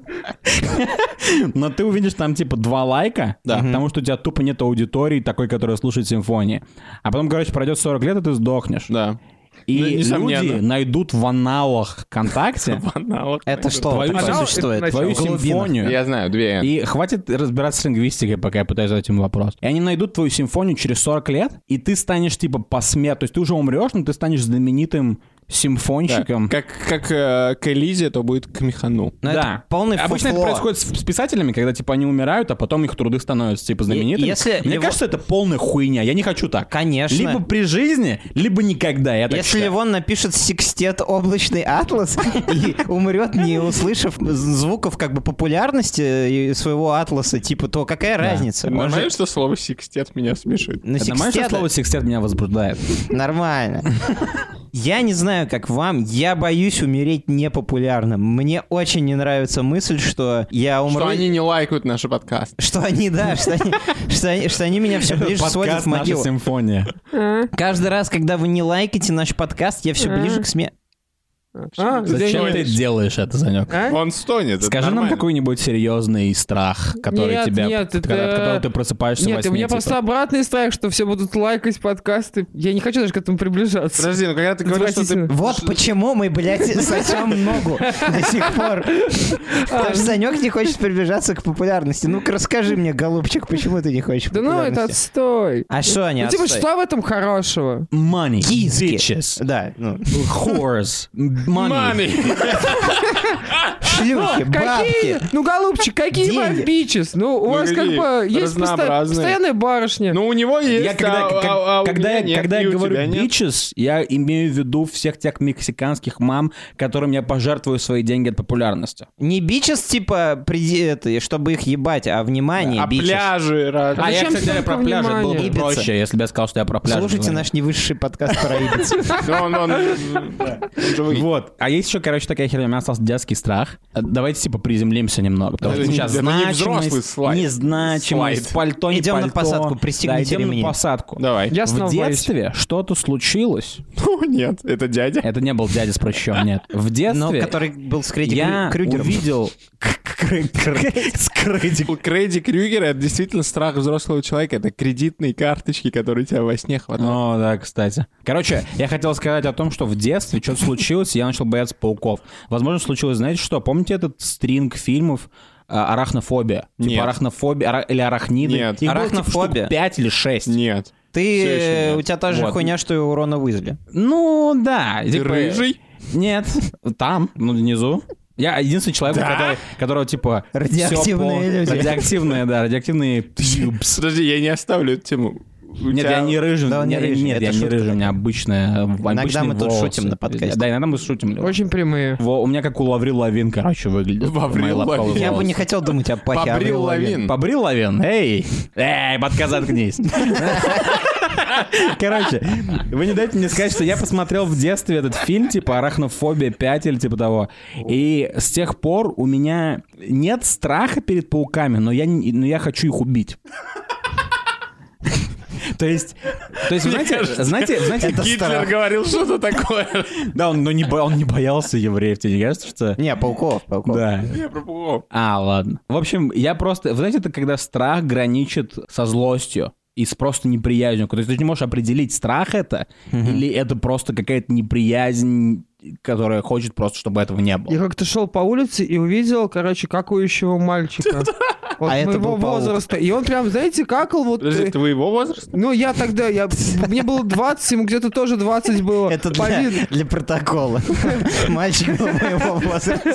Speaker 3: Но ты увидишь там типа два лайка, потому что у тебя тупо нет аудитории такой, которая слушает симфонии. А потом, короче, пройдет 40 лет, и ты сдохнешь.
Speaker 4: Да. Ну,
Speaker 3: И люди
Speaker 4: несомненно.
Speaker 3: найдут в аналах ВКонтакте
Speaker 4: Аналог.
Speaker 5: Это что
Speaker 3: Твою
Speaker 5: такое
Speaker 2: симфонию.
Speaker 5: существует?
Speaker 2: Твою
Speaker 3: твою
Speaker 5: В глубинах.
Speaker 3: симфонию.
Speaker 4: Я знаю, две.
Speaker 3: И хватит разбираться с лингвистикой, пока я пытаюсь задать им вопрос. И они найдут твою симфонию через 40 лет, и ты станешь типа посмертным. То есть ты уже умрешь, но ты станешь знаменитым
Speaker 4: Да.
Speaker 3: симфонщиком.
Speaker 4: Как, как э, к Элизе, то будет к механу.
Speaker 5: Ну, это
Speaker 3: Да.
Speaker 5: полный
Speaker 3: Обычно это
Speaker 5: фуфло.
Speaker 3: происходит с с писателями, когда типа они умирают, а потом их труды становятся типа знаменитыми.
Speaker 5: если
Speaker 3: Мне
Speaker 5: его-
Speaker 3: кажется, это полная хуйня. Я не хочу так.
Speaker 5: Конечно.
Speaker 3: Либо при жизни, либо никогда. Я А так
Speaker 5: Если
Speaker 3: считаю.
Speaker 5: Левон напишет секстет «Облачный атлас» и умрет, не услышав з- звуков как бы популярности э, своего атласа, типа, то какая разница?
Speaker 4: Ты
Speaker 5: Он же
Speaker 4: понимаешь, что слово секстет меня смешит?
Speaker 5: на
Speaker 3: Ты понимаешь, что
Speaker 5: секстета-
Speaker 3: слово секстет меня возбуждает?
Speaker 5: Нормально. Я не знаю, как вам, я боюсь умереть непопулярным. Мне очень не нравится мысль, что я умру...
Speaker 4: Что они не лайкают наши подкасты.
Speaker 5: Что они, да, что они, что они, что они меня все ближе сводят
Speaker 3: Подкаст
Speaker 5: в
Speaker 3: «Наша
Speaker 5: могилу.
Speaker 3: симфония».
Speaker 5: Каждый раз, когда вы не лайкаете наш подкаст, я все ближе к сме...
Speaker 2: А,
Speaker 3: Зачем
Speaker 2: где-
Speaker 3: ты делаешь это, Санек?
Speaker 2: А?
Speaker 4: Он стонет. это
Speaker 3: Скажи нам
Speaker 4: нормально.
Speaker 3: какой-нибудь серьезный страх, который
Speaker 2: Нет,
Speaker 3: тебя,
Speaker 2: нет, это-
Speaker 3: когда- от которого ты просыпаешься во
Speaker 2: Нет,
Speaker 3: сне.
Speaker 2: у меня
Speaker 3: типа.
Speaker 2: просто обратный страх, что все будут лайкать подкасты. Я не хочу даже к этому приближаться.
Speaker 4: Подожди, ну когда ты говоришь, что ты...
Speaker 2: Отвратительно.
Speaker 5: Вот почему мы, блядь, сосем ногу до сих пор. Потому что Санек не хочет приближаться к популярности. Ну-ка расскажи мне, голубчик, почему ты не хочешь
Speaker 2: Да ну это
Speaker 5: популярности?
Speaker 2: отстой.
Speaker 5: А что они
Speaker 2: Ну типа,
Speaker 5: отстой?
Speaker 2: что в этом хорошего?
Speaker 3: Money,
Speaker 5: Киски.
Speaker 3: bitches,
Speaker 5: Да, ну,
Speaker 3: whores, money.
Speaker 4: Мами!
Speaker 5: шлюхи,
Speaker 2: Какие?
Speaker 5: бабки.
Speaker 2: Ну, голубчик, какие
Speaker 5: Деньги.
Speaker 2: вам бичес? Ну, у вас как
Speaker 4: какие
Speaker 2: бы есть посто-
Speaker 4: разнообразные.
Speaker 2: постоянная барышня.
Speaker 4: Ну у него есть,
Speaker 3: Я когда,
Speaker 4: а-
Speaker 3: как-
Speaker 4: а- а у
Speaker 3: когда,
Speaker 4: меня
Speaker 3: я-
Speaker 4: нет,
Speaker 3: когда
Speaker 4: и
Speaker 3: я
Speaker 4: у
Speaker 3: говорю
Speaker 4: тебя нет.
Speaker 3: bitches, я имею в виду всех тех мексиканских мам, которым я пожертвую свои деньги от популярности.
Speaker 5: Не бичес, типа, приди, это, чтобы их ебать, а внимание,
Speaker 4: А
Speaker 5: бичес.
Speaker 4: пляжи разные.
Speaker 3: А я,
Speaker 2: Зачем
Speaker 3: кстати, говоря,
Speaker 2: столько
Speaker 3: про пляж, это было бы
Speaker 2: внимания?
Speaker 3: проще, если бы я сказал, что я про пляж
Speaker 5: Слушайте
Speaker 3: говорю.
Speaker 5: наш невысший подкаст про Ибицу.
Speaker 4: Ну, он- он- он же вы-
Speaker 3: Вот. А есть еще, короче, такая херня. У меня остался детский страх. А, Давайте, типа, приземлимся немного. Потому
Speaker 4: Это
Speaker 3: что
Speaker 4: не-
Speaker 3: сейчас
Speaker 4: это не
Speaker 3: значимость,
Speaker 4: взрослый слайд.
Speaker 3: незначимость,
Speaker 4: Слайд.
Speaker 3: пальто, не
Speaker 5: Идем на
Speaker 3: пальто.
Speaker 5: посадку,
Speaker 3: Да,
Speaker 5: пристегните
Speaker 3: идем
Speaker 5: ремни.
Speaker 3: на посадку.
Speaker 4: Давай.
Speaker 2: Я
Speaker 3: В
Speaker 2: снова боюсь.
Speaker 3: детстве что-то случилось.
Speaker 4: Ну, нет, это дядя.
Speaker 3: Это не был дядя с прыщом, нет. В
Speaker 5: Но
Speaker 3: детстве
Speaker 5: который был с Фредди
Speaker 3: я
Speaker 5: Крю- Крюгером.
Speaker 3: увидел... С Крейди-
Speaker 4: У Кредди Крюгера это действительно страх взрослого человека. Это кредитные карточки, которые тебя во сне хватают.
Speaker 3: О, Ну, да, кстати. Короче, я хотел сказать о том, что в детстве что-то случилось, и я начал бояться пауков. Возможно, случилось, знаете что? Помните этот стринг фильмов а, «Арахнофобия»?
Speaker 4: Нет.
Speaker 3: Типа «Арахнофобия» ара- или «Арахниды».
Speaker 4: Нет.
Speaker 3: Их было, типа,
Speaker 5: «Арахнофобия».
Speaker 3: штук пять или шесть.
Speaker 4: Нет. Всё
Speaker 5: Ты,
Speaker 4: еще
Speaker 5: э,
Speaker 4: нет.
Speaker 5: у тебя та же
Speaker 3: Вот.
Speaker 5: хуйня, что и у Рона Уизли.
Speaker 3: Ну, да.
Speaker 4: Ты
Speaker 3: типа-
Speaker 4: рыжий?
Speaker 3: Нет, там, ну, внизу. Я единственный человек, который- которого, типа... всё
Speaker 5: Радиоактивные
Speaker 3: по-
Speaker 5: люди.
Speaker 3: Радиоактивные, да, радиоактивные пьюпс.
Speaker 4: Подожди, я не оставлю эту тему. У
Speaker 3: Нет,
Speaker 4: тебя-
Speaker 3: я не рыжий.
Speaker 5: Да он не
Speaker 3: нет,
Speaker 5: рыжий,
Speaker 3: Нет,
Speaker 5: это
Speaker 3: я не
Speaker 5: шутка
Speaker 3: рыжий, у меня обычная
Speaker 5: Иногда мы тут шутим на подкасте.
Speaker 3: Да, иногда мы шутим. Лёва.
Speaker 2: Очень прямые.
Speaker 3: Во, у меня как у Лаврил Лавин, короче, выглядит.
Speaker 4: Лаврил
Speaker 3: Мои лобковые
Speaker 4: Лавин.
Speaker 5: Я бы
Speaker 3: волосы.
Speaker 5: не хотел думать о пахе а
Speaker 4: Побрил
Speaker 5: Аврил
Speaker 4: лавин.
Speaker 3: Побрил Лавин? Эй! Эй, подказ заткнись. Короче, вы не дайте мне сказать, что я посмотрел в детстве этот фильм, типа «Арахнофобия 5» или типа того. И с тех пор у меня нет страха перед пауками, но я, не- но я хочу их убить. То есть, то есть, знаете, знаете, знаете,
Speaker 4: Гитлер говорил что-то такое.
Speaker 3: да, он, но не, бо- он не боялся евреев, тебе не кажется, что...
Speaker 5: Не, пауков, пауков.
Speaker 3: Да.
Speaker 4: Я про пауков.
Speaker 3: А, ладно. В общем, я просто... Вы знаете, это когда страх граничит со злостью. и с просто неприязнью. То есть ты не можешь определить, страх это или это просто какая-то неприязнь, которая хочет просто, чтобы этого не было.
Speaker 2: Я как-то шел по улице и увидел, короче, какающего мальчика. Вот
Speaker 5: А это
Speaker 2: моего
Speaker 5: был паук.
Speaker 2: возраста. И он прям, знаете, какал вот...
Speaker 4: Подожди,
Speaker 2: э,
Speaker 4: твоего возраста?
Speaker 2: Ну, я тогда, я, мне было 20, ему где-то тоже 20 было.
Speaker 5: Это
Speaker 2: По
Speaker 5: для,
Speaker 2: виду.
Speaker 5: для протокола. Мальчик был моего возраста.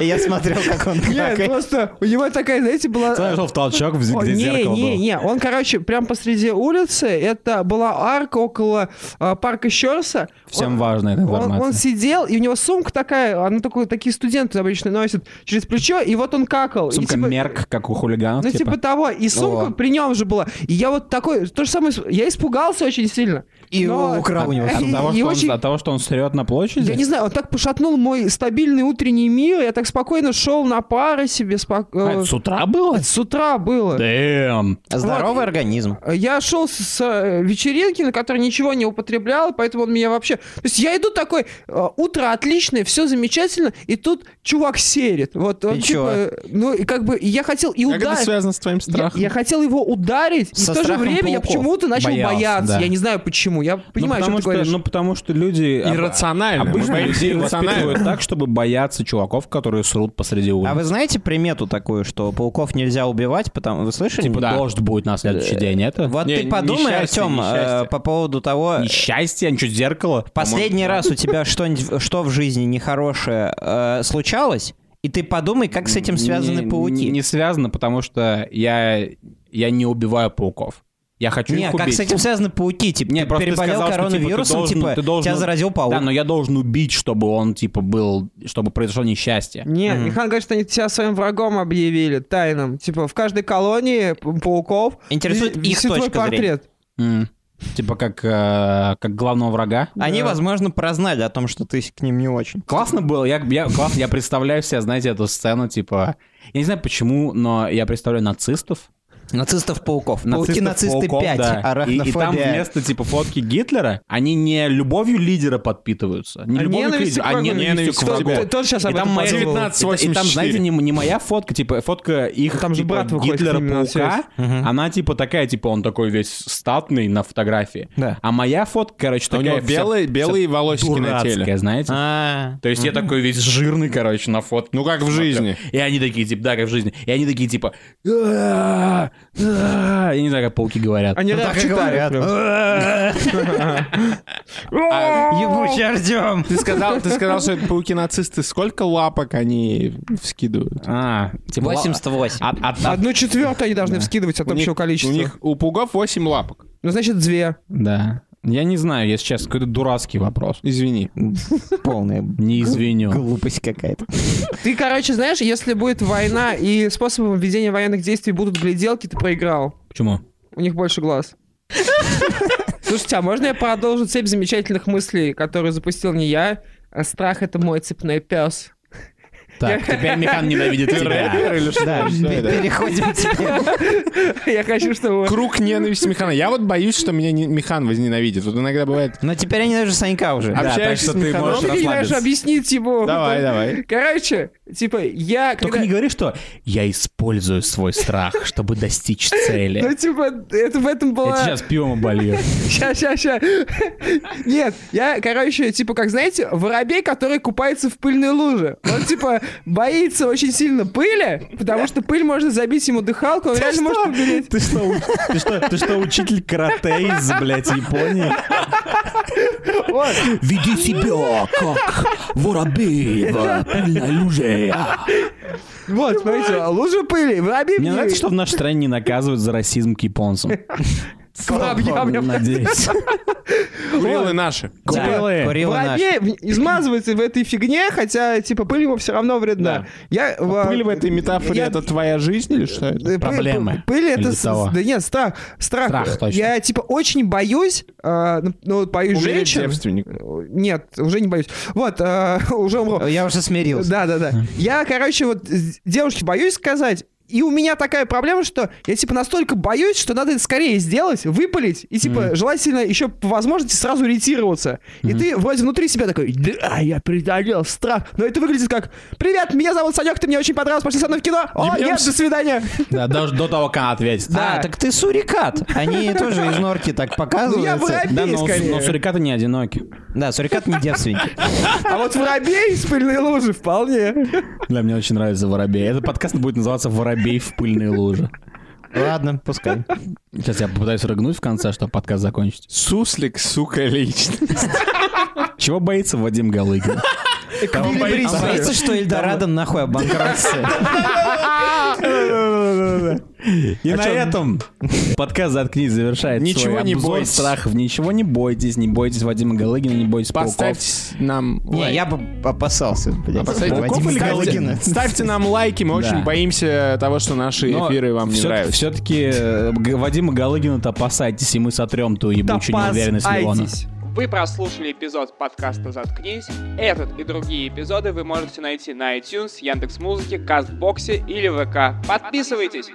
Speaker 5: И я смотрел, как он
Speaker 2: Нет,
Speaker 5: какает.
Speaker 2: просто у него такая, знаете, была... э,
Speaker 6: Нашел в толчок, в-
Speaker 2: О,
Speaker 6: где
Speaker 2: не,
Speaker 6: зеркало
Speaker 2: не,
Speaker 6: было.
Speaker 2: не, он, короче, прям посреди улицы, это была арка около а, парка Щерса.
Speaker 3: Всем
Speaker 2: Он-
Speaker 3: важна эта
Speaker 2: он,
Speaker 3: информация.
Speaker 2: он сидел, и у него сумка такая, она такой, такие студенты обычно носят через плечо, и вот он какал.
Speaker 3: Сумка
Speaker 2: и, типа,
Speaker 3: мерк, как у хулиганов.
Speaker 2: Ну, типа.
Speaker 3: типа.
Speaker 2: того. И сумка
Speaker 5: О.
Speaker 2: при нем же была. И я вот такой, то же самое, с- я испугался очень сильно.
Speaker 5: И
Speaker 2: Но-
Speaker 5: украл у него
Speaker 2: Э,
Speaker 3: От
Speaker 5: сумку.
Speaker 3: того,
Speaker 2: и
Speaker 3: что он-
Speaker 2: очень-
Speaker 3: От того, что он срет на площади?
Speaker 2: Я не знаю, он так пошатнул мой стабильный утренний мир, я так спокойно шел на пары себе. спок-
Speaker 3: А,
Speaker 2: э,
Speaker 3: это с утра было? Ну,
Speaker 2: С утра было.
Speaker 3: Дэм.
Speaker 5: Здоровый организм.
Speaker 2: Я шел с- с э, вечеринки, на которой ничего не употреблял, поэтому он меня вообще... То есть я иду такой, э, утро отличное, все замечательно, и тут чувак серит. Вот, он,
Speaker 5: И
Speaker 2: типа,
Speaker 5: чё?
Speaker 2: э, ну, и как бы и я хотел
Speaker 3: Ну
Speaker 2: и
Speaker 4: Как это
Speaker 2: ударить.
Speaker 4: связано с твоим
Speaker 2: Я,
Speaker 4: страхом?
Speaker 2: я хотел его ударить, и
Speaker 5: Со
Speaker 2: в то же
Speaker 5: страхом
Speaker 2: время я
Speaker 5: пауков.
Speaker 2: почему-то начал
Speaker 3: Боялся,
Speaker 2: бояться.
Speaker 3: да.
Speaker 2: Я не знаю почему. Я понимаю, о чем
Speaker 3: ну, потому
Speaker 2: ты
Speaker 3: что,
Speaker 2: говоришь.
Speaker 3: ну, потому что люди... об-
Speaker 4: Иррационально. мы
Speaker 3: Обычно
Speaker 4: боимся
Speaker 3: людей
Speaker 4: иррационально.
Speaker 3: воспитывают так, чтобы бояться чуваков, которые срут посреди улицы.
Speaker 5: А вы знаете примету такую, что пауков нельзя убивать, потому вы слышали?
Speaker 3: Типа
Speaker 4: Да.
Speaker 3: дождь будет на следующий день, это?
Speaker 5: Э, Вот э,
Speaker 4: Не,
Speaker 5: ты подумай,
Speaker 4: несчастье,
Speaker 5: Артем,
Speaker 4: несчастье.
Speaker 5: по поводу того,
Speaker 3: Несчастье, а ничего, зеркало.
Speaker 5: последний раз у тебя что-нибудь, что в жизни нехорошее э, случалось, и ты подумай, как с этим связаны
Speaker 3: Не-
Speaker 5: пауки.
Speaker 3: Не, не связано, потому что я, я не убиваю пауков. Я хочу
Speaker 5: Не,
Speaker 3: их
Speaker 5: как
Speaker 3: убить.
Speaker 5: с этим связаны пауки? Типа,
Speaker 3: Не,
Speaker 5: ты
Speaker 3: просто ты
Speaker 5: переболел
Speaker 3: сказал, что, типа, ты
Speaker 5: коронавирусом,
Speaker 3: должен-
Speaker 5: типа,
Speaker 3: ты должен-
Speaker 5: тебя заразил паук.
Speaker 3: Да, но я должен убить, чтобы он, типа, был... Чтобы произошло несчастье.
Speaker 2: Не,
Speaker 5: Мгм.
Speaker 2: Михан говорит, что они тебя своим врагом объявили, тайным. Типа в каждой колонии п- пауков
Speaker 5: Интересует
Speaker 2: ви-
Speaker 5: их
Speaker 2: висит твой
Speaker 5: точка
Speaker 2: портрет.
Speaker 3: М. Типа как, э, как главного врага.
Speaker 5: Они,
Speaker 2: Да.
Speaker 5: возможно, прознали о том, что ты с- к ним не очень.
Speaker 3: Классно было, я, я, классно, я представляю себе, знаете, эту сцену, типа... Я не знаю почему, но я представляю нацистов,
Speaker 5: Нацистов-пауков. Пауки нацисты
Speaker 3: пауков,
Speaker 5: 5.
Speaker 3: да. И- И, там
Speaker 5: Арахнофобия.
Speaker 3: вместо типа фотки Гитлера они не любовью лидера подпитываются, не
Speaker 2: А
Speaker 3: любовью к
Speaker 2: ненавистью
Speaker 3: лидеру,
Speaker 2: к
Speaker 3: а
Speaker 2: врагу.
Speaker 3: ненавистью к
Speaker 2: Кто-
Speaker 3: врагу.
Speaker 2: ты тоже сейчас об
Speaker 3: и там
Speaker 2: этом
Speaker 3: моя-
Speaker 2: подумал.
Speaker 4: 1984.
Speaker 3: и там, знаете, не, не моя фотка, типа фотка их
Speaker 2: Там же
Speaker 3: типа,
Speaker 2: брат выходит
Speaker 3: Гитлера
Speaker 2: с ними на
Speaker 3: паука,
Speaker 2: связь.
Speaker 5: Мгм.
Speaker 3: она типа такая, типа он такой весь статный на фотографии,
Speaker 5: Да.
Speaker 3: а моя фотка, короче,
Speaker 4: У
Speaker 3: такая
Speaker 4: него
Speaker 3: вся
Speaker 4: белые, белые волосики на
Speaker 3: дурацкая,
Speaker 4: теле.
Speaker 3: знаете.
Speaker 5: А,
Speaker 3: То есть я такой весь жирный, короче, на фотке.
Speaker 4: Ну, как в жизни.
Speaker 3: И они такие, типа, да, как в жизни. И они такие, типа, «А, а». я не знаю, как пауки говорят.
Speaker 2: Они
Speaker 5: Ну,
Speaker 2: рэп
Speaker 5: так и
Speaker 2: читают.
Speaker 5: говорят.
Speaker 2: прям.
Speaker 5: Ебучий Артем!
Speaker 4: Ты сказал, ты сказал, что это пауки-нацисты. Сколько лапок они вскидывают?
Speaker 3: А, типа, а,
Speaker 5: 88.
Speaker 3: ла- от- от- от-
Speaker 2: Одну четвертую они должны вскидывать от
Speaker 4: У них-
Speaker 2: общего количества.
Speaker 4: У них у паугов 8 лапок.
Speaker 2: Ну, значит, две.
Speaker 3: Да. Я не знаю, если честно, какой-то дурацкий вопрос.
Speaker 4: Извини.
Speaker 5: Полная
Speaker 3: Не извиню.
Speaker 5: глупость какая-то.
Speaker 2: Ты, короче, знаешь, если будет война и способом ведения военных действий будут гляделки, ты проиграл.
Speaker 3: Почему?
Speaker 2: У них больше глаз. Слушайте, а можно я продолжу цепь замечательных мыслей, которую запустил не я? А Страх — это мой цепной пес.
Speaker 3: Так, теперь Михан ненавидит тебя.
Speaker 4: Или что?
Speaker 5: Да,
Speaker 4: Что это?
Speaker 5: переходим теперь.
Speaker 2: Я хочу, чтобы...
Speaker 4: Круг ненависти Механа. Я вот боюсь, что меня не- Механ возненавидит. Вот иногда бывает.
Speaker 5: Но теперь они даже Санька уже.
Speaker 3: Да,
Speaker 4: А-
Speaker 3: так
Speaker 4: Общаешься
Speaker 3: что
Speaker 4: с
Speaker 3: ты
Speaker 4: Миханом?
Speaker 3: можешь
Speaker 2: Ты не знаешь,
Speaker 3: расслабиться.
Speaker 2: объяснить ему.
Speaker 4: Давай, давай.
Speaker 2: Короче, типа, я...
Speaker 3: Только
Speaker 2: когда-
Speaker 3: не говори, что я использую свой страх, чтобы достичь цели.
Speaker 2: Ну, типа, это в этом
Speaker 3: Я
Speaker 2: было...
Speaker 3: тебя сейчас пивом оболью.
Speaker 2: Ща, ща, ща. Нет, я, короче, типа, как знаете, воробей, который купается в пыльной луже. Он, типа, боится очень сильно пыли, потому что пыль может забить ему дыхалку, он реально может умереть.
Speaker 6: Ты что, у- ты что, ты что, учитель карате из, блядь, Японии?
Speaker 2: Вот.
Speaker 1: Веди себя, как воробей в пыльной луже.
Speaker 2: Вот, смотрите, лужа пыли, воробей в
Speaker 3: Мне
Speaker 2: ней.
Speaker 3: нравится, что в нашей стране не наказывают за расизм к японцам.
Speaker 2: К воробьям, я-
Speaker 3: Надеюсь. Типа,
Speaker 4: Курилы наши.
Speaker 5: Да,
Speaker 2: Типа,
Speaker 3: Курилы.
Speaker 5: Курилы наши.
Speaker 2: Воробей в- измазывается в этой фигне, хотя, типа, пыль ему все равно вредна. Я,
Speaker 3: А
Speaker 2: э,
Speaker 4: Пыль в этой метафоре
Speaker 2: я-
Speaker 4: это твоя жизнь или что это?
Speaker 2: Э, пы-
Speaker 3: Проблемы.
Speaker 2: пы- Пыль это...
Speaker 3: Или
Speaker 2: с-
Speaker 3: того.
Speaker 2: Да нет, страх. Страх.
Speaker 3: Страх, точно.
Speaker 2: Я, типа, очень боюсь, э, ну, ну, боюсь
Speaker 4: Умереть
Speaker 2: женщин.
Speaker 4: девственник.
Speaker 2: Нет, уже не боюсь. Вот, э, уже умру.
Speaker 5: Я уже смирился.
Speaker 2: Да, да, да. Я, короче, вот с- девушке боюсь сказать. И у меня такая проблема, что я, типа, настолько боюсь, что надо это скорее сделать, выпалить, и, типа, желательно еще по возможности сразу ретироваться. И ты вроде внутри себя такой, да, я преодолел страх. Но это выглядит как, привет, меня зовут Санек, ты мне очень понравился, пошли со мной в кино. О, нет, до свидания.
Speaker 4: Да, даже до того, как она ответит.
Speaker 5: Да, А, так ты сурикат. Они тоже из норки так
Speaker 2: Ну, я
Speaker 5: показываются.
Speaker 2: воробей,
Speaker 3: Да, но,
Speaker 2: скорее.
Speaker 3: но сурикаты не одиноки.
Speaker 5: Да, сурикат не девственник.
Speaker 2: А вот воробей из пыльной лужи вполне.
Speaker 3: Да, мне очень нравится воробей. Этот подкаст будет называться «Воробей в пыльной луже».
Speaker 5: Ладно, пускай.
Speaker 3: Сейчас я попытаюсь рыгнуть в конце, чтобы подкаст закончить.
Speaker 4: Суслик, сука, лично.
Speaker 3: Чего боится Вадим Галыгин?
Speaker 5: Боится, что Эльдорадо нахуй обанкротится.
Speaker 3: И на этом подкаст «Заткнись» завершает свой
Speaker 4: А Ничего не
Speaker 3: обзор
Speaker 4: бойтесь.
Speaker 3: страхов. Ничего не бойтесь, не бойтесь Вадима Галыгина, не бойтесь пауков.
Speaker 4: Поставьте нам
Speaker 5: Не,
Speaker 4: лайк.
Speaker 5: я бы опасался, блядь.
Speaker 4: Поставьте-
Speaker 5: Вадима
Speaker 4: Ставьте-
Speaker 5: Галыгина.
Speaker 4: Ставьте нам лайки, мы очень боимся того, что наши эфиры вам не нравятся.
Speaker 3: Все-таки э, Вадима Галыгина-то опасайтесь, и мы сотрем ту ебучую неуверенность Леона.
Speaker 2: Топазайтесь.
Speaker 7: Вы прослушали эпизод подкаста «Заткнись». Этот и другие эпизоды вы можете найти на iTunes, Яндекс.Музыке, Кастбоксе или ВК. Подписывайтесь!